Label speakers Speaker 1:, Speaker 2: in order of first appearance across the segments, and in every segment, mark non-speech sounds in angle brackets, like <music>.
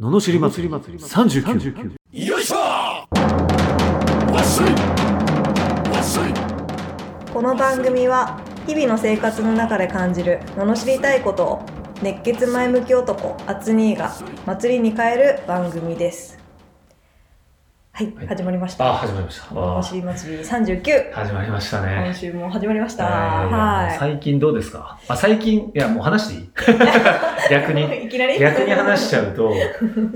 Speaker 1: ののしり祭り39
Speaker 2: よいしょわっしょいわっしょい
Speaker 3: この番組は日々の生活の中で感じる罵りたいことを熱血前向き男アツニーが祭りに変える番組ですはい、
Speaker 4: はい
Speaker 3: 始まりまし
Speaker 4: あ、
Speaker 3: た
Speaker 4: 始まりました。あ
Speaker 3: 罵り祭り39
Speaker 4: 始まりました
Speaker 3: 今
Speaker 4: ね。
Speaker 3: 週も始まりまし
Speaker 4: い
Speaker 3: た
Speaker 4: やいやいやもう
Speaker 3: は
Speaker 4: 最近どうですかあ、最近、いや、もう話していい
Speaker 3: <laughs>
Speaker 4: 逆に。
Speaker 3: いいきなり
Speaker 4: 逆に話しちゃうと、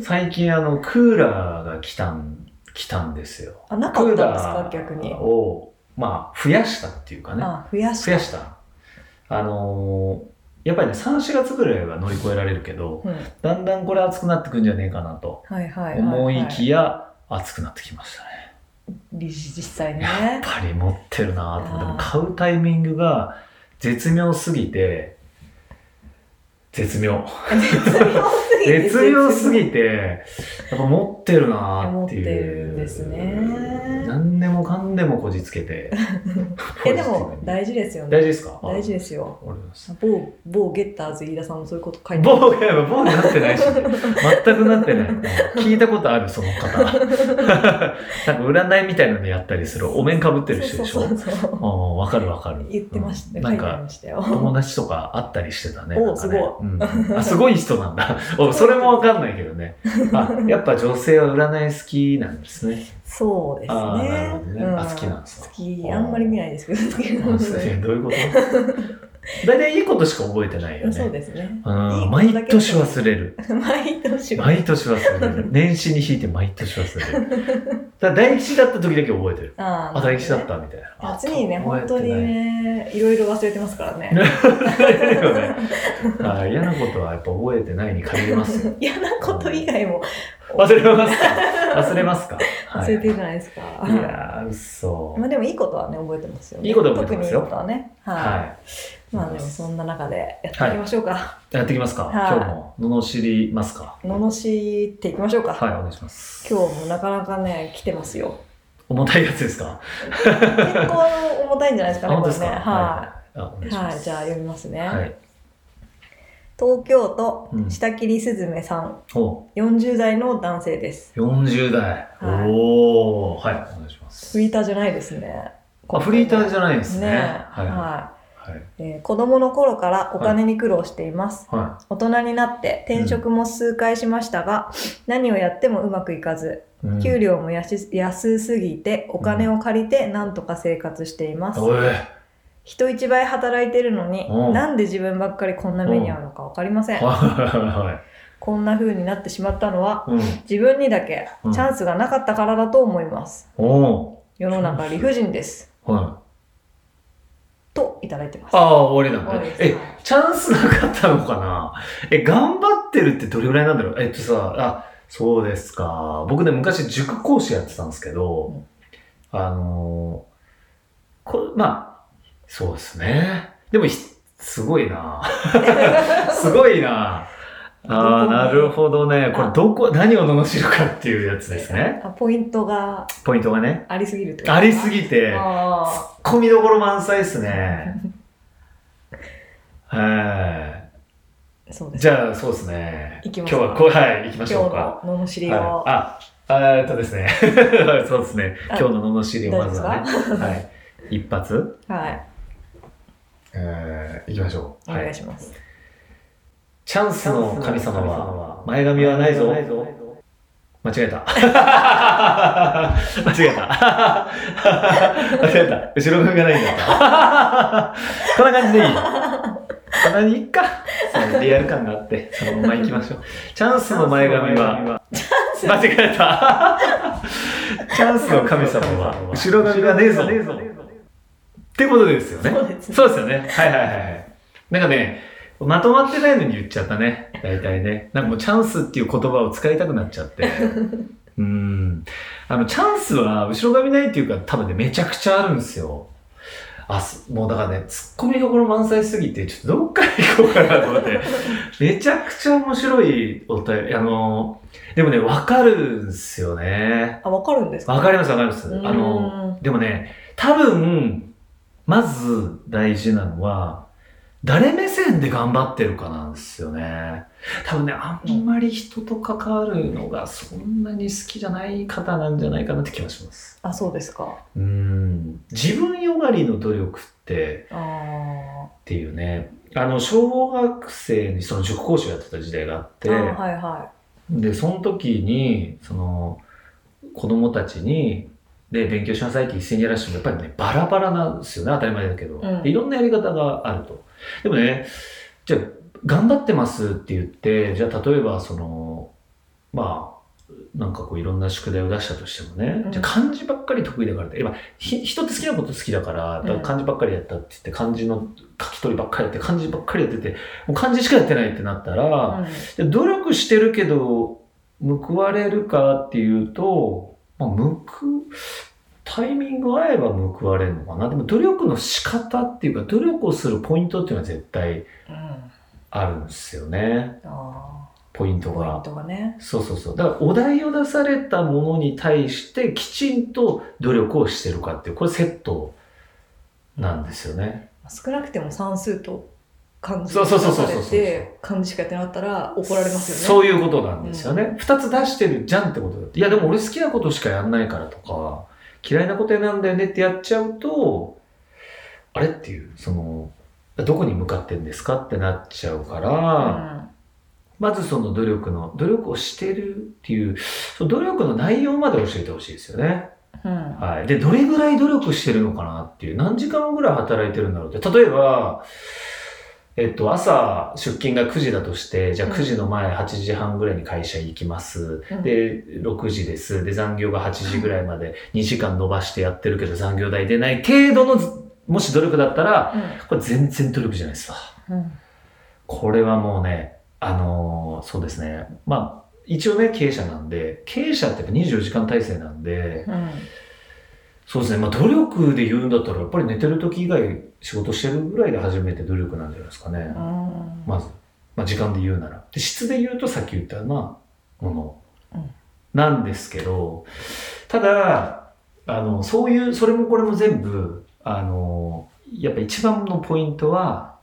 Speaker 4: 最近あの、クーラーが来たん、来たんですよ。
Speaker 3: あな
Speaker 4: ク
Speaker 3: か
Speaker 4: ー
Speaker 3: ったんですか
Speaker 4: ラ
Speaker 3: 逆
Speaker 4: ー
Speaker 3: に
Speaker 4: を、まあ、増やしたっていうかね。
Speaker 3: あ増やし
Speaker 4: 増やした。あのーやっぱりね、3、4月ぐらいは乗り越えられるけど、
Speaker 3: うん、
Speaker 4: だんだんこれ暑くなってくんじゃねえかなと
Speaker 3: はいはいは
Speaker 4: 思い
Speaker 3: は
Speaker 4: きや、暑くなってきましたね。
Speaker 3: 実実際に
Speaker 4: やっ <laughs>
Speaker 3: ね
Speaker 4: ぱり持ってるなと思って
Speaker 3: あー
Speaker 4: でも買うタイミングが絶妙すぎて絶妙
Speaker 3: 絶妙すぎて
Speaker 4: 絶妙すぎてやっぱ持ってるなって
Speaker 3: 持って
Speaker 4: い
Speaker 3: る
Speaker 4: うん
Speaker 3: ですね
Speaker 4: 何でもかんでもこじつけて
Speaker 3: <laughs> えでも大事ですよ
Speaker 4: 大
Speaker 3: ね
Speaker 4: 事ですか
Speaker 3: 大事
Speaker 4: で
Speaker 3: ですよ
Speaker 4: ありがとうございます
Speaker 3: 某某ゲッターズ飯田さんもそういうこと書いて
Speaker 4: 棒がやばい棒になってないし全くなってない聞いたことあるその
Speaker 3: <laughs>
Speaker 4: 方なんか占いみたいなのやったりするお面かぶってる人でしょ
Speaker 3: そうそうそうそう
Speaker 4: ああ、わかるわかる。
Speaker 3: 言ってました、
Speaker 4: うん
Speaker 3: 書
Speaker 4: ないん
Speaker 3: てあり
Speaker 4: か、
Speaker 3: ましたよ
Speaker 4: 友達とか会ったりしてたね。
Speaker 3: お
Speaker 4: な
Speaker 3: う
Speaker 4: んかねうんうんあ、すごい人なんだ。 <laughs> おそれもわかんないけどね。
Speaker 3: <laughs>
Speaker 4: あ、やっぱ女性は占い好きなんですね。
Speaker 3: そうですね
Speaker 4: あーなるほどね
Speaker 3: うん、
Speaker 4: あ好きなんですか
Speaker 3: 好きあんまり見ないですけど好き
Speaker 4: うん
Speaker 3: なん
Speaker 4: どういうこと大体いいことしか覚えてないよね。
Speaker 3: <laughs> そうですね
Speaker 4: うん
Speaker 3: いいことだ
Speaker 4: 毎
Speaker 3: け
Speaker 4: 年忘れ
Speaker 3: <laughs>
Speaker 4: る。
Speaker 3: 毎年
Speaker 4: 毎年忘れる。年始に引いて毎年忘れ
Speaker 3: <laughs>
Speaker 4: る。だから第一だった時だけ覚えてる。
Speaker 3: あ
Speaker 4: あ、第一だったみたいな。
Speaker 3: 夏にね
Speaker 4: 覚え
Speaker 3: 本
Speaker 4: てな
Speaker 3: 当
Speaker 4: い <laughs>
Speaker 3: にねいろいろ忘れてますからね
Speaker 4: ねよねあー嫌なことはやっぱ覚えてないに限りますよ。
Speaker 3: 嫌なこと以外も
Speaker 4: 忘れますか忘れますか、は
Speaker 3: <laughs> 忘
Speaker 4: い、
Speaker 3: れ
Speaker 4: い
Speaker 3: てるじゃないですか、
Speaker 4: やー、嘘。
Speaker 3: まあでもいいことはね覚えてますよね
Speaker 4: いいことは覚えてますよ
Speaker 3: 特にいいことはねはい、
Speaker 4: は
Speaker 3: まあでもそんな中でやっていきましょうか、
Speaker 4: い。やっていきますか、
Speaker 3: はい
Speaker 4: 今日も、罵りますか
Speaker 3: 罵っていきましょうか、
Speaker 4: はい、お願いします。
Speaker 3: 今日もなかなかね来てま
Speaker 4: <laughs>
Speaker 3: すよ
Speaker 4: 重たいやつですか
Speaker 3: 結構重たいんじゃないです
Speaker 4: あ、
Speaker 3: かね
Speaker 4: 本当
Speaker 3: こ
Speaker 4: で
Speaker 3: れ
Speaker 4: す
Speaker 3: ね
Speaker 4: か
Speaker 3: は
Speaker 4: はい。あ、お願
Speaker 3: い、
Speaker 4: いし
Speaker 3: は
Speaker 4: ま
Speaker 3: い、
Speaker 4: す。
Speaker 3: じゃあ読みますね、
Speaker 4: はい。
Speaker 3: 東京都
Speaker 4: うん
Speaker 3: 下切すずめさん
Speaker 4: お
Speaker 3: 40代の男性です
Speaker 4: 40代。
Speaker 3: はい
Speaker 4: おおはい、お願いします。
Speaker 3: フリーターじゃないですね
Speaker 4: あ、フリーターじゃないんです
Speaker 3: ね
Speaker 4: ね。
Speaker 3: はい、
Speaker 4: は
Speaker 3: えー子供の頃からお金に苦労しています、
Speaker 4: い。は
Speaker 3: 大人になって転職も数回しましたが、何をやってもうまくいかず、
Speaker 4: い。うん
Speaker 3: 給料もやし安すぎてお金を借りてなんとか生活しています、
Speaker 4: おい。
Speaker 3: 人一倍働いてるのに、
Speaker 4: うん
Speaker 3: なんで自分ばっかりこんな目に遭うのか分かりません、
Speaker 4: は。
Speaker 3: こんな風になってしまったのはい
Speaker 4: うん。
Speaker 3: 自分にだけ
Speaker 4: うん
Speaker 3: チャンスがなかったからだと思います、
Speaker 4: お
Speaker 3: 世の中理不尽です
Speaker 4: おはい。
Speaker 3: といただいてます
Speaker 4: ああ、終わりなんだ
Speaker 3: 終わ
Speaker 4: ね
Speaker 3: り。で
Speaker 4: え、
Speaker 3: す
Speaker 4: チャンスなかったのかなえ、頑張ってるってどれぐらいなんだろうえっとさ、あ、そうですか。僕ね、昔塾講師やってたんですけど、
Speaker 3: うん
Speaker 4: あのーこ、まあ、そうですね。でもひ、すごいな。<laughs>
Speaker 3: <laughs>
Speaker 4: すごいな。ああ、
Speaker 3: どこに
Speaker 4: なるほどね。これ、どこ、何を罵るかっていうやつですね。
Speaker 3: あポイントが
Speaker 4: ポイントがね。
Speaker 3: ありすぎるってこと
Speaker 4: ありすぎて。
Speaker 3: あ
Speaker 4: ツッコミどころ満載です
Speaker 3: <laughs>
Speaker 4: ね。は
Speaker 3: ーそう
Speaker 4: い。
Speaker 3: です
Speaker 4: じゃあ、そうですね。
Speaker 3: 行き
Speaker 4: 今日
Speaker 3: ましょう
Speaker 4: はこう、はい、行きましょう
Speaker 3: 今
Speaker 4: か。
Speaker 3: 日の罵りを、
Speaker 4: はい、あ、あーっとですね。 <laughs> そうですね。
Speaker 3: あ
Speaker 4: 今日の罵りをまずはね。はい。一発、
Speaker 3: はい、
Speaker 4: えー、行きましょう。
Speaker 3: お
Speaker 4: は
Speaker 3: 願い
Speaker 4: い。
Speaker 3: します。
Speaker 4: チャンスの神様は、前髪はないぞ。間違え <laughs> た。間違えた。間違えた。後ろ髪がないんだった。こんな感じでいい。こんなにいっか。そうリアル感があって、そのまま行きましょう。チャンスの前髪は、間違え <laughs> た。チャンスの神様は、後ろ髪がねえぞ。ってことですよね。
Speaker 3: そうです
Speaker 4: そうですよね。はいはいはいはい。なんかね、まとまってないのに言っちゃったね。大体ね。なんかもうチャンスっていう言葉を使いたくなっちゃ
Speaker 3: <laughs>
Speaker 4: って。うん。あの、チャンスは後ろ髪ないっていうか多分ね、めちゃくちゃあるんですよ。あ、すもうだからね、ツッコミどころ満載すぎて、ちょっとどっから行こうかなと思
Speaker 3: <laughs>
Speaker 4: って。めちゃくちゃ面白いお便り。あの、でもね、わかるんですよね。
Speaker 3: あ、わかるんですか。
Speaker 4: わかりますわかります。
Speaker 3: うーん
Speaker 4: あの、でもね、多分、まず大事なのは、誰目線で頑張ってるかなんですよね。多分ね、あんまり人と関わるのがそんなに好きじゃない方なんじゃないかなって気がします。
Speaker 3: あ、そうですか。
Speaker 4: うん。自分よがりの努力って、
Speaker 3: あー
Speaker 4: っていうねあの小学生にその塾講師をやってた時代があって
Speaker 3: あー。はいは
Speaker 4: でその時にその子供たちにで勉強しなさいって一斉にやらしてもやっぱりねバラバラなんですよね当たり前だけど、
Speaker 3: うん
Speaker 4: でいろんなやり方があるとでもねじゃあ頑張ってますって言ってじゃあ例えばそのまあなんかこういろんな宿題を出したとしてもね、
Speaker 3: うん
Speaker 4: じゃあ漢字ばっかり得意だからってやっぱひ人って好きなこと好きだからやっぱ漢字ばっかりやったって言って漢字の書き取りばっかりやって漢字ばっかりやっててもう漢字しかやってないってなったら、
Speaker 3: い。
Speaker 4: で努力してるけど報われるかっていうと、まあ、報タイミング合えば報われるのかなでも努力の仕方っていうか努力をするポイントっていうのは絶対
Speaker 3: うん。うん。
Speaker 4: あるんですよね
Speaker 3: あ
Speaker 4: ポイント
Speaker 3: ーポイ
Speaker 4: が
Speaker 3: ン。トがね。
Speaker 4: そうそうそうだからお題を出されたものに対してきちんと努力をしてるかっていうこれセットなんですよね。
Speaker 3: 少なくても算数と漢字
Speaker 4: そ
Speaker 3: を
Speaker 4: う
Speaker 3: 出
Speaker 4: そうそうそう
Speaker 3: さ
Speaker 4: そう
Speaker 3: れて、漢字しかやってなかったら怒られますよ
Speaker 4: そ
Speaker 3: ね。
Speaker 4: ういうことなんですよね。二、つ出してるじゃんってことだって。いや、でも俺好きなことしかやんないからとか、嫌いなことやなんだよねってやっちゃうと、あれっていう、その、どこに向かってんですかってなっちゃうから、
Speaker 3: うん
Speaker 4: まずその努力の、努力をしてるっていう、その努力の内容まで教えてほしいですよね。
Speaker 3: うん。
Speaker 4: はい。で、どれぐらい努力してるのかなっていう、何時間ぐらい働いてるんだろうって。例えば、えっと、朝出勤が9時だとして、じゃあ
Speaker 3: うん
Speaker 4: 9時の前8時半ぐらいに会社行きます。
Speaker 3: うん
Speaker 4: で、6時です。で、残業が8時ぐらいまで2時間伸ばしてやってるけど残業代出ない程度のず、もし努力だったら、これ全然努力じゃないですわ。
Speaker 3: うん。うん
Speaker 4: これはもうね、あのーそうですね。まあ、一応ね、経営者なんで、経営者ってやっぱ24時間体制なんで、
Speaker 3: うん。
Speaker 4: そうですね、まあ、努力で言うんだったら、やっぱり寝てる時以外仕事してるぐらいで初めて努力なんじゃないですかね、
Speaker 3: うん
Speaker 4: まず、まあ、時間で言うなら。で質で言うと、さっき言ったようなも
Speaker 3: う
Speaker 4: の
Speaker 3: ん
Speaker 4: なんですけど、ただあの、そういう、それもこれも全部、あのやっぱ一番のポイントは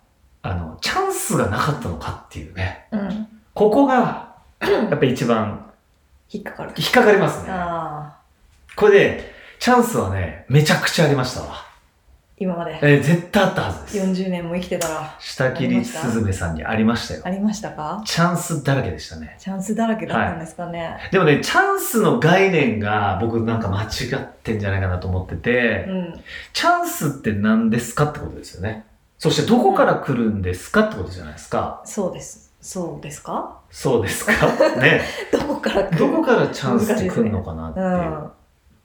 Speaker 4: あの、チャンスがなかったのかっていうね、
Speaker 3: うん。
Speaker 4: ここがやっぱ一番
Speaker 3: 引っかかる。
Speaker 4: 引っかかりますね。
Speaker 3: ああ、
Speaker 4: これで、チャンスはね、めちゃくちゃありましたわ。
Speaker 3: 今まで
Speaker 4: えー絶対あったはずです。
Speaker 3: 40年も生きてたら
Speaker 4: 下切すずめさんにありましたよ
Speaker 3: あ。りましたか
Speaker 4: チャンスだらけでしたね。
Speaker 3: チャンスだらけだったんですかね。
Speaker 4: でもね、チャンスの概念が僕なんか間違ってんじゃないかなと思ってて、
Speaker 3: うん。
Speaker 4: チャンスって何ですかってことですよね。そしてどこから来るんですかってことじゃないですか。
Speaker 3: そうです。そうですか
Speaker 4: そうですか。ね。
Speaker 3: どこから来る
Speaker 4: どこからチャンスって来るのかなっていう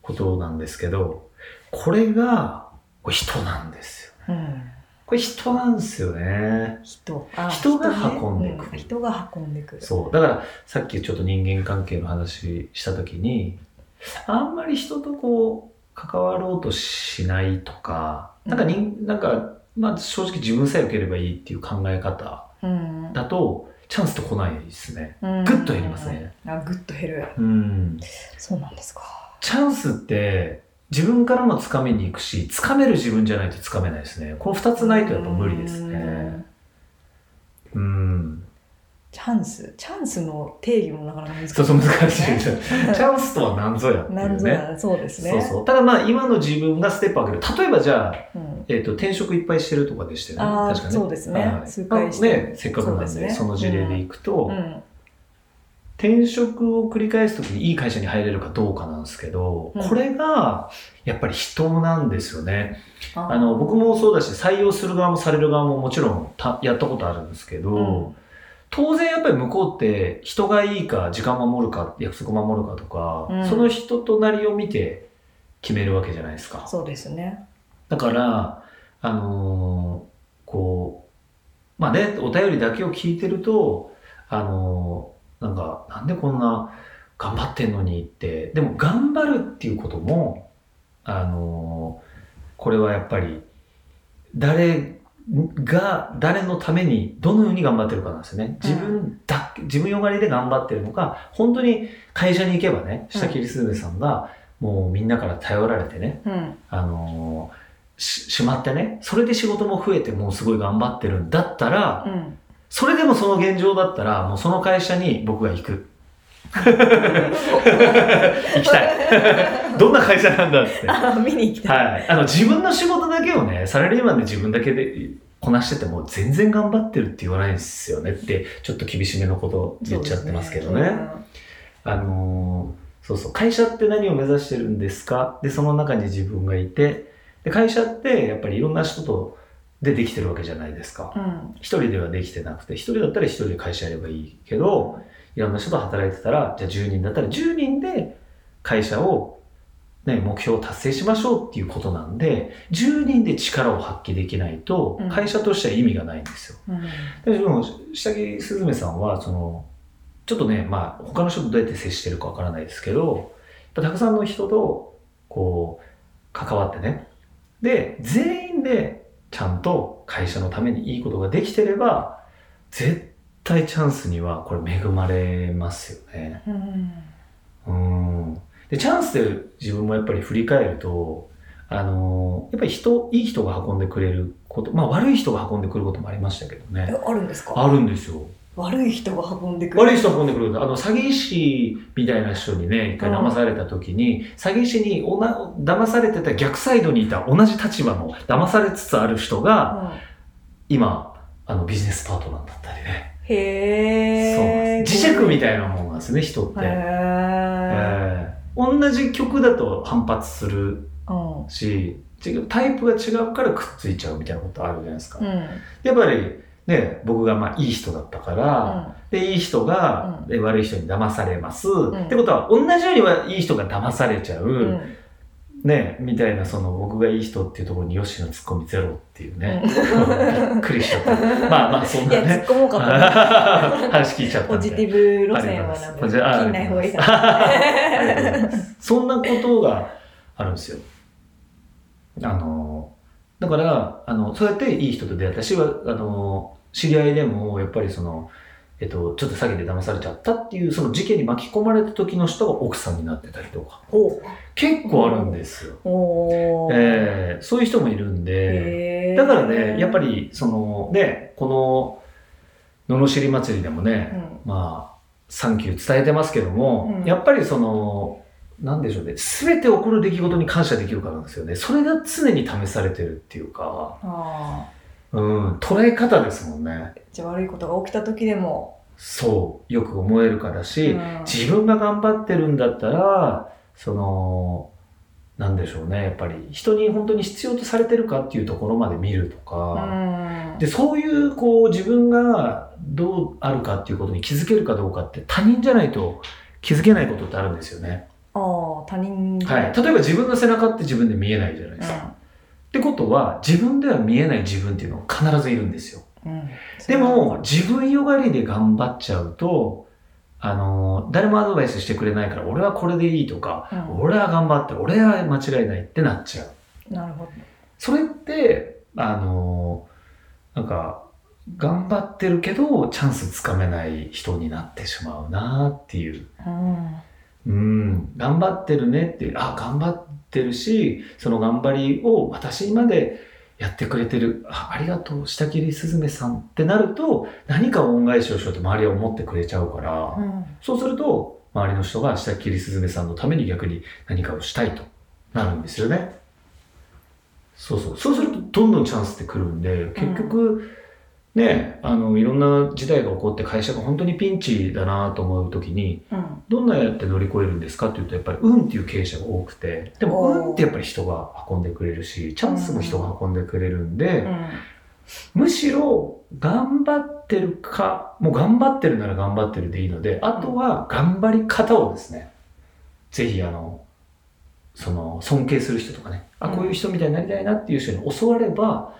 Speaker 4: ことなんですけど、これがこれ人なんですよ。
Speaker 3: うん。うん。
Speaker 4: これ人なんですよね。
Speaker 3: 人。あ
Speaker 4: 人が
Speaker 3: ね
Speaker 4: 運んでくる
Speaker 3: う人が運んでくる。
Speaker 4: そう。だから、さっきちょっと人間関係の話したときに、あんまり人とこう、関わろうとしないとか、なんか人、なんか、まあ正直自分さえ受ければいいっていう考え方
Speaker 3: うん。
Speaker 4: だと、チャンスと来ないですね。
Speaker 3: うん
Speaker 4: ぐっと減ります。ね。
Speaker 3: あ、ぐっと減る。
Speaker 4: うん。
Speaker 3: そうなんですか。
Speaker 4: チャンスって、自分からも掴みに行くし、掴める自分じゃないと掴めないですね。この二つないとやっぱ無理です
Speaker 3: う
Speaker 4: ね。
Speaker 3: ん。
Speaker 4: うん。
Speaker 3: チャンス、チャンスの定義もなかなか難しい。
Speaker 4: そうそう難しい。チ <laughs>
Speaker 3: ね。
Speaker 4: ャンスとは何ぞやっていうね。
Speaker 3: なんぞや、そうですね。
Speaker 4: そうそう。ただまあ今の自分がステップを上げる。例えばじゃあ、
Speaker 3: うん。
Speaker 4: えっ、と、転職いっぱいしてるとかでしたよね。
Speaker 3: ああ、
Speaker 4: 確かね。
Speaker 3: そうです
Speaker 4: はい
Speaker 3: ね
Speaker 4: は。い
Speaker 3: 数回して
Speaker 4: まあね、せっかくなんで、
Speaker 3: そ
Speaker 4: そ,、
Speaker 3: うですね
Speaker 4: の事例でいくと、
Speaker 3: うん。
Speaker 4: 転職を繰り返すときにいい会社に入れるかどうかなんですけど、
Speaker 3: うん
Speaker 4: これが、やっぱり人なんですよね。
Speaker 3: あ
Speaker 4: あの、僕もそうだし、採用する側もされる側ももちろんたやったことあるんですけど、
Speaker 3: うん
Speaker 4: 当然やっぱり向こうって人がいいか時間守るか約束守るかとか、
Speaker 3: うん
Speaker 4: その人となりを見て決めるわけじゃないですか。
Speaker 3: そうですね。
Speaker 4: だから、あのーこう、まあね、お便りだけを聞いてると、あのーなんか、なんでこんな頑張ってんのにって、でも頑張るっていうことも、あのーこれはやっぱり、誰が、誰のために、どのように頑張ってるかなんですよね。自分だけ、自分よがりで頑張ってるのか、本当に会社に行けばね、下切りすずめさんが、もうみんなから頼られてね、
Speaker 3: うん。
Speaker 4: あのししまってね、それで仕事も増えてもうすごい頑張ってるんだったら、
Speaker 3: うん。
Speaker 4: それでもその現状だったら、もうその会社に僕が行 <laughs> く。行きたい。どんな会社なんだって。
Speaker 3: あ見に行きたい。
Speaker 4: はい。あの、自分の仕事だけをね、サラリーマンで自分だけでこなしてても、全然頑張ってるって言わないんですよねって、ちょっと厳しめのこと言っちゃってますけどね。あのーそうそう、会社って何を目指してるんですかで、その中に自分がいて、で、会社ってやっぱりいろんな人と、でできてるわけじゃないですか。
Speaker 3: うん。うん。
Speaker 4: 一人ではできてなくて、一人だったら一人で会社やればいいけど、いろんな人と働いてたら、じゃあ10人だったら10人で会社を、ね、目標を達成しましょうっていうことなんで、10人で力を発揮できないと
Speaker 3: うん、
Speaker 4: 会社としては意味がないんですよ。
Speaker 3: うん
Speaker 4: ででも、下着すずめさんは、その、ちょっとね、まあ、他の人とどうやって接してるかわからないですけど、やっぱたくさんの人と、こう、関わってね。で、全員で、ちゃんと会社のためにいいことができてれば、絶対チャンスには、これ恵まれますよね。
Speaker 3: うん。
Speaker 4: うん。で、チャンスで自分もやっぱり振り返ると、あのやっぱり人、いい人が運んでくれること、まあ悪い人が運んでくることもありましたけどね
Speaker 3: え。あるんですか
Speaker 4: あるんですよ。
Speaker 3: 悪い人が運んでくる。
Speaker 4: 悪い人が運んでくる。あの、詐欺師みたいな人にね、一回騙された時に、詐欺師におな、騙されてた逆サイドにいた同じ立場の騙されつつある人が、
Speaker 3: うん
Speaker 4: 今、あの、ビジネスパートナーだったりね。
Speaker 3: へー。
Speaker 4: そうなんです。磁石みたいなもんなんですね、人って。
Speaker 3: へー。
Speaker 4: えー同じ曲だと反発する
Speaker 3: うん。
Speaker 4: し、違うタイプが違うからくっついちゃうみたいなことあるじゃないですか。
Speaker 3: うん。
Speaker 4: やっぱり、ね、僕がまあいい人だったから、で、いい人が、
Speaker 3: うん
Speaker 4: で悪い人に騙されます。
Speaker 3: ん
Speaker 4: ってことは、同じようにはいい人が騙されちゃう。
Speaker 3: うん。
Speaker 4: ね、みたいな、その、僕がいい人っていうところに、ヨシのツッコミゼロっていうね。 <laughs> びっくりしちゃった。まあまあ、そん
Speaker 3: いや、
Speaker 4: な
Speaker 3: 突
Speaker 4: ね
Speaker 3: っ。込もうかと思った。
Speaker 4: <laughs> 話聞いちゃった
Speaker 3: ポ
Speaker 4: んで。
Speaker 3: ジティブ路線
Speaker 4: あり
Speaker 3: はなんか
Speaker 4: がとうご
Speaker 3: 切
Speaker 4: ざいます
Speaker 3: んない方がいいか
Speaker 4: <laughs> ありがとうござい
Speaker 3: な。
Speaker 4: ますそんなことがあるんですよ。あの、だから、あの、そうやっていい人と出会ったし、わあの、知り合いでも、やっぱりその、えっと、ちょっと詐欺で騙されちゃったっていう、その事件に巻き込まれた時の人が奥さんになってたりとか、
Speaker 3: おう
Speaker 4: 結構あるんですよ。
Speaker 3: おー。
Speaker 4: えーそういう人もいるんで、
Speaker 3: へー
Speaker 4: だからね、やっぱ、り、その、ね、この、罵り祭りでもね、
Speaker 3: うん
Speaker 4: まあ、サンキュー伝えてますけども、
Speaker 3: うん
Speaker 4: やっぱりその、なんでしょうね、すべて起こる出来事に感謝できるからなんですよね。それが常に試されてるっていうか、
Speaker 3: あ
Speaker 4: うん、捉え方ですもんね。
Speaker 3: ーじゃあ悪いことが起きた時でも、
Speaker 4: そう、よく思えるかだし、
Speaker 3: うん
Speaker 4: 自分が頑張ってるんだったら、その、なんでしょうね、やっぱり人に本当に必要とされてるかっていうところまで見ると
Speaker 3: う
Speaker 4: か、
Speaker 3: ん
Speaker 4: で、そういう、こう、自分がどうあるかっていうことに気づけるかどうかって、他人じゃないと気づけないことってあるんですよね。
Speaker 3: あー他人
Speaker 4: はい。例えば自分の背中って自分で見えないじゃないですか。ってことは、自分では見えない自分っていうのが必ずいるんですよ。
Speaker 3: うんうん
Speaker 4: でも、自分よがりで頑張っちゃうと、あの、誰もアドバイスしてくれないから、俺はこれでいいとか、
Speaker 3: うん
Speaker 4: 俺は頑張ってる、俺は間違いないってなっちゃう。
Speaker 3: なるほど。
Speaker 4: それって、あのなんか、頑張ってるけど、チャンスつかめない人になってしまうなっていう。
Speaker 3: うん
Speaker 4: うん、頑張ってるねっていう、あ、頑張ってるし、その頑張りを私までやってくれてる、あありがとう、下切りすずめさんってなると、何か恩返しをしようと周りは思ってくれちゃうから、
Speaker 3: うん
Speaker 4: そうすると、周りの人が下切りすずめさんのために逆に何かをしたいとなるんですよね。そうそう。そうすると、どんどんチャンスってくるんで、結局、ね、あの、いろんな事態が起こって会社が本当にピンチだなと思うときに、
Speaker 3: うん
Speaker 4: どんなやって乗り越えるんですかっていうと、やっぱり運っていう経営者が多くて、でも
Speaker 3: おー
Speaker 4: 運ってやっぱり人が運んでくれるし、チャンスも人が運んでくれるんで、
Speaker 3: うん
Speaker 4: むしろ頑張ってるかもう頑張ってるなら頑張ってるでいいのであとは頑張り方をですねぜひあのその尊敬する人とかねあ
Speaker 3: うん
Speaker 4: こういう人みたいになりたいなっていう人に教われば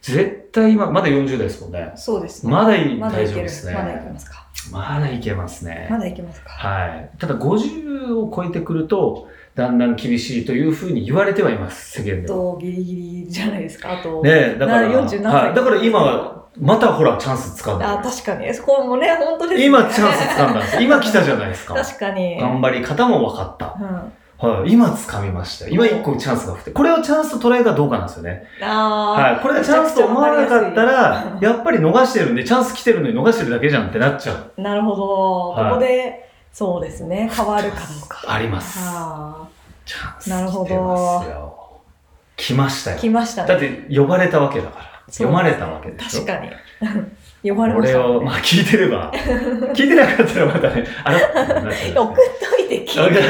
Speaker 4: 絶対今まだ40代ですもんね
Speaker 3: そうですね。
Speaker 4: まだいい
Speaker 3: まだ
Speaker 4: 大
Speaker 3: い
Speaker 4: 丈夫
Speaker 3: け
Speaker 4: で
Speaker 3: る
Speaker 4: すね
Speaker 3: まだいけますか。
Speaker 4: まだいけますね
Speaker 3: まだいけますか。
Speaker 4: はいただ50を超えてくるとだんだん厳しいというふうに言われてはいます世間で
Speaker 3: あ
Speaker 4: は
Speaker 3: とギリギリじゃないですか。あと、
Speaker 4: ねえだから、
Speaker 3: な47歳
Speaker 4: はい、だから今またほらチャンス掴んだ
Speaker 3: あ確かにそこもね本当ですね。
Speaker 4: 今チャンス掴んだんです。今来たじゃないですか。
Speaker 3: 確かに。
Speaker 4: 頑張り方も分かった。
Speaker 3: うん。
Speaker 4: はい。今掴みました。今一個チャンスが降って。これをチャンスと捉えるかどうかなんですよね。
Speaker 3: あー
Speaker 4: はい。これがチャンスと思わなかったら、やっぱり逃してるんで、チャンス来てるのに逃してるだけじゃんってなっちゃう。
Speaker 3: なるほど、
Speaker 4: はい
Speaker 3: ここでそうですね変わるかどうか
Speaker 4: あります。
Speaker 3: あ
Speaker 4: チャンス
Speaker 3: なるほど
Speaker 4: 来てますよ。来ました
Speaker 3: ー
Speaker 4: よ。
Speaker 3: 来ました
Speaker 4: だっ
Speaker 3: ね
Speaker 4: て呼ばれたわけだから。
Speaker 3: そ
Speaker 4: 読
Speaker 3: うですね
Speaker 4: まれたわけでしょ。
Speaker 3: 確かに呼ばれま
Speaker 4: こ
Speaker 3: し
Speaker 4: れ
Speaker 3: たも
Speaker 4: を、
Speaker 3: んね
Speaker 4: まあ聞いてれば、聞いてなかったらまたね、あらってなっちゃう
Speaker 3: 送っ <laughs> といて聞いて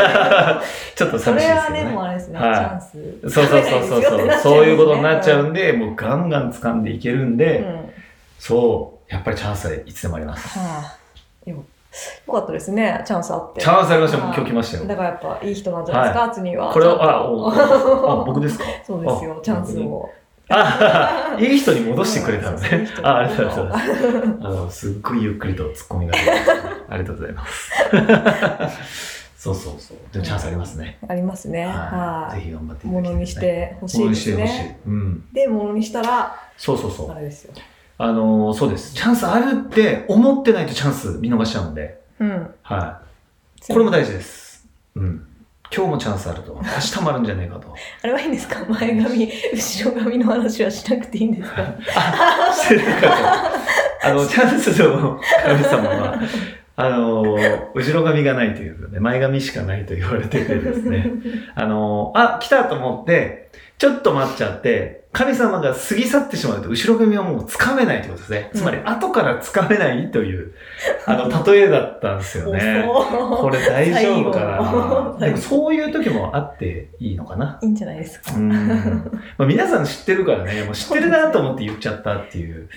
Speaker 4: <laughs> ちょっと
Speaker 3: そ
Speaker 4: 寂しい
Speaker 3: れ
Speaker 4: です
Speaker 3: は
Speaker 4: け
Speaker 3: ね
Speaker 4: どね
Speaker 3: もう。あれですね、
Speaker 4: はい
Speaker 3: チャンス
Speaker 4: そうそうそ
Speaker 3: <laughs>
Speaker 4: うそう
Speaker 3: 考え
Speaker 4: そう。
Speaker 3: ないですよってなっちゃいますね
Speaker 4: そういうことになっちゃうんで、もうガンガン掴んでいけるんで、
Speaker 3: うんは
Speaker 4: そう、やっぱりチャンスはいつでもあります。
Speaker 3: あよよかったですねチャンスあって
Speaker 4: チャンスありましたよ、
Speaker 3: はい
Speaker 4: 今日来ました
Speaker 3: だ
Speaker 4: よ。
Speaker 3: からやっぱいい人なんじゃないですか、アツニーは
Speaker 4: これ
Speaker 3: ちゃん
Speaker 4: を、
Speaker 3: と
Speaker 4: あ、おおあ僕
Speaker 3: <laughs>
Speaker 4: ですか
Speaker 3: そうですよ
Speaker 4: あ
Speaker 3: チャンスを
Speaker 4: あ、いい人に戻してくれたのね
Speaker 3: そう。
Speaker 4: あ、ありがとうございます。
Speaker 3: そうそう
Speaker 4: あの、すっごいゆっくりと突っ込みが出てましたねありがとうございます。
Speaker 3: <laughs>
Speaker 4: そうそうそう。でもチャンスありますね。
Speaker 3: ありますね
Speaker 4: は。
Speaker 3: はい
Speaker 4: ぜ
Speaker 3: い
Speaker 4: ひ頑張っていただきたい。
Speaker 3: ものにし。てほし
Speaker 4: も
Speaker 3: い
Speaker 4: の
Speaker 3: で
Speaker 4: にして
Speaker 3: す
Speaker 4: ほし
Speaker 3: ね
Speaker 4: い。うん。
Speaker 3: でものにしたら
Speaker 4: そうそうそう
Speaker 3: あ。れですよ
Speaker 4: あのーそうです。チャンスあるって思ってないとチャンス見逃しちゃうんで。
Speaker 3: うん
Speaker 4: はい。これも大事です。うん。今日もチャンスあると。明日もあるんじゃないかと。
Speaker 3: あれはいいんですか前髪、後ろ髪の話はしなくていい
Speaker 4: <laughs>
Speaker 3: んですか
Speaker 4: してなかったあの、チャンスの神様は、あのー後ろ髪がないということで、前髪しかないと言われててですね。あのーあ、来たと思って、ちょっと待っちゃって、神様が過ぎ去ってしまうと、後ろ髪はもうつかめないってことですね。つまり、後からつかめないという、あの、例えだったんですよね。
Speaker 3: 遅
Speaker 4: これ大丈夫かな
Speaker 3: 最
Speaker 4: <laughs>
Speaker 3: 後
Speaker 4: でもそういう時もあっていいのかな。
Speaker 3: いいいんじゃないですか
Speaker 4: うん。
Speaker 3: <laughs>
Speaker 4: まあ、皆さん知ってるからね、もう知ってるなと思って言っちゃったっていう。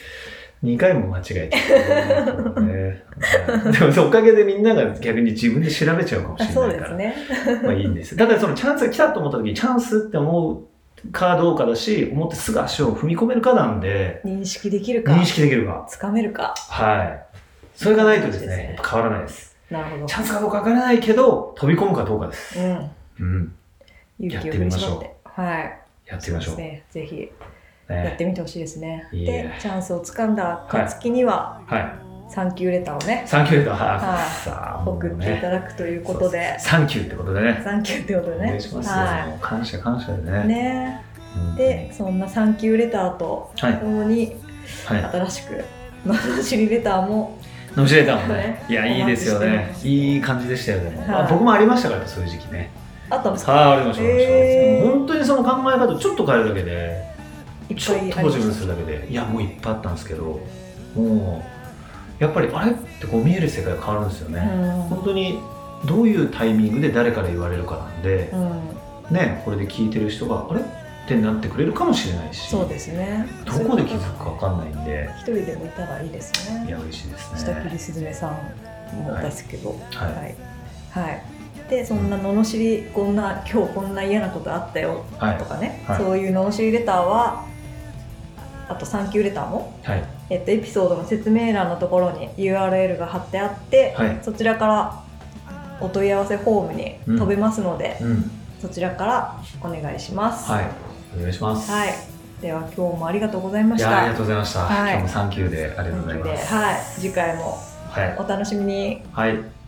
Speaker 4: 2回も間違えちゃ
Speaker 3: <laughs>
Speaker 4: った、ね。はいでもそのおかげでみんなが逆に自分で調べちゃうかも
Speaker 3: あ
Speaker 4: しれ
Speaker 3: そう
Speaker 4: ない
Speaker 3: で
Speaker 4: か
Speaker 3: す
Speaker 4: ら。
Speaker 3: ね
Speaker 4: まあいいんです。ただそのチャンスが来たと思った時にチャンスって思うかどうかだし、思ってすぐ足を踏み込めるかなんで、
Speaker 3: 認識できるか
Speaker 4: 認識できるか。
Speaker 3: つかめるか
Speaker 4: はい。それがないとです
Speaker 3: そうです
Speaker 4: ね
Speaker 3: ね、
Speaker 4: 変わらないです。
Speaker 3: なるほど
Speaker 4: チャンスかどうかわからないけど、飛び込むかどうかです。
Speaker 3: うん
Speaker 4: うん。
Speaker 3: 勇気を
Speaker 4: やって
Speaker 3: 振
Speaker 4: みま
Speaker 3: り
Speaker 4: しょう
Speaker 3: 絞ってはい
Speaker 4: やってみましょう。ね
Speaker 3: ねぜひやってみてほしいですね
Speaker 4: いい
Speaker 3: で
Speaker 4: え
Speaker 3: チャンスをつかんだ暁には
Speaker 4: はい。
Speaker 3: サンキューレターをね
Speaker 4: サンキューレター。
Speaker 3: はい
Speaker 4: さあ、も
Speaker 3: 送
Speaker 4: う
Speaker 3: っていた
Speaker 4: ね。
Speaker 3: だくということで
Speaker 4: サンキューってことでね。
Speaker 3: サンキューってことで
Speaker 4: お
Speaker 3: ね
Speaker 4: 願いしますよ。
Speaker 3: は
Speaker 4: もう感謝感謝で
Speaker 3: い
Speaker 4: ね。
Speaker 3: ね
Speaker 4: うん
Speaker 3: で、そんなサンキューレターと
Speaker 4: はい
Speaker 3: ともに
Speaker 4: はい。
Speaker 3: 新しくののしりレターも
Speaker 4: のしレターもね
Speaker 3: ね。
Speaker 4: いや、いいですよ
Speaker 3: お待
Speaker 4: ね
Speaker 3: ち。してます
Speaker 4: いい感じでしたよね。
Speaker 3: はい
Speaker 4: あ僕もありましたから、そういう時期ね。
Speaker 3: あったんですか
Speaker 4: はい、ありました、ありました
Speaker 3: へー
Speaker 4: もう本当にその考え方をちょっと変えるだけで、
Speaker 3: いっ
Speaker 4: ちょっ
Speaker 3: ぱ
Speaker 4: と
Speaker 3: いあ
Speaker 4: ポ
Speaker 3: りま
Speaker 4: ジティブに
Speaker 3: し
Speaker 4: するだけで、いや、もういっぱいあったんですけど、もう、やっぱりあれってこう見える世界が変わるんですよ
Speaker 3: た
Speaker 4: ね。本当に、どういうタイミングで誰から言われるかなんで、
Speaker 3: うん、うん、
Speaker 4: ね、これで聞いてる人があれってなってくれるかもしれないし
Speaker 3: そうですね
Speaker 4: どこで気づくか分かんないんで
Speaker 3: 一人でもいたらいいです
Speaker 4: い
Speaker 3: ね
Speaker 4: や嬉しいです
Speaker 3: 下切
Speaker 4: ね
Speaker 3: りすずめさんもですけど
Speaker 4: は
Speaker 3: はいいはい、でそんなののしりこんな今日こんな嫌なことあったよ
Speaker 4: はい
Speaker 3: とかね、
Speaker 4: はい
Speaker 3: そういうののしりレターはあとサンキューレターも
Speaker 4: はい
Speaker 3: えっと、エピソードの説明欄のところに URL が貼ってあって、
Speaker 4: はい
Speaker 3: そちらからお問い合わせフォームに飛べますので、
Speaker 4: うん
Speaker 3: そちらからお願いします。
Speaker 4: はいお願いします
Speaker 3: はいでは今日もありがとうございま
Speaker 4: い
Speaker 3: した。
Speaker 4: やありがとうございました
Speaker 3: はい
Speaker 4: 今日もサンキューでありがとうございます
Speaker 3: はい、次回も
Speaker 4: はい
Speaker 3: お楽しみに。
Speaker 4: はい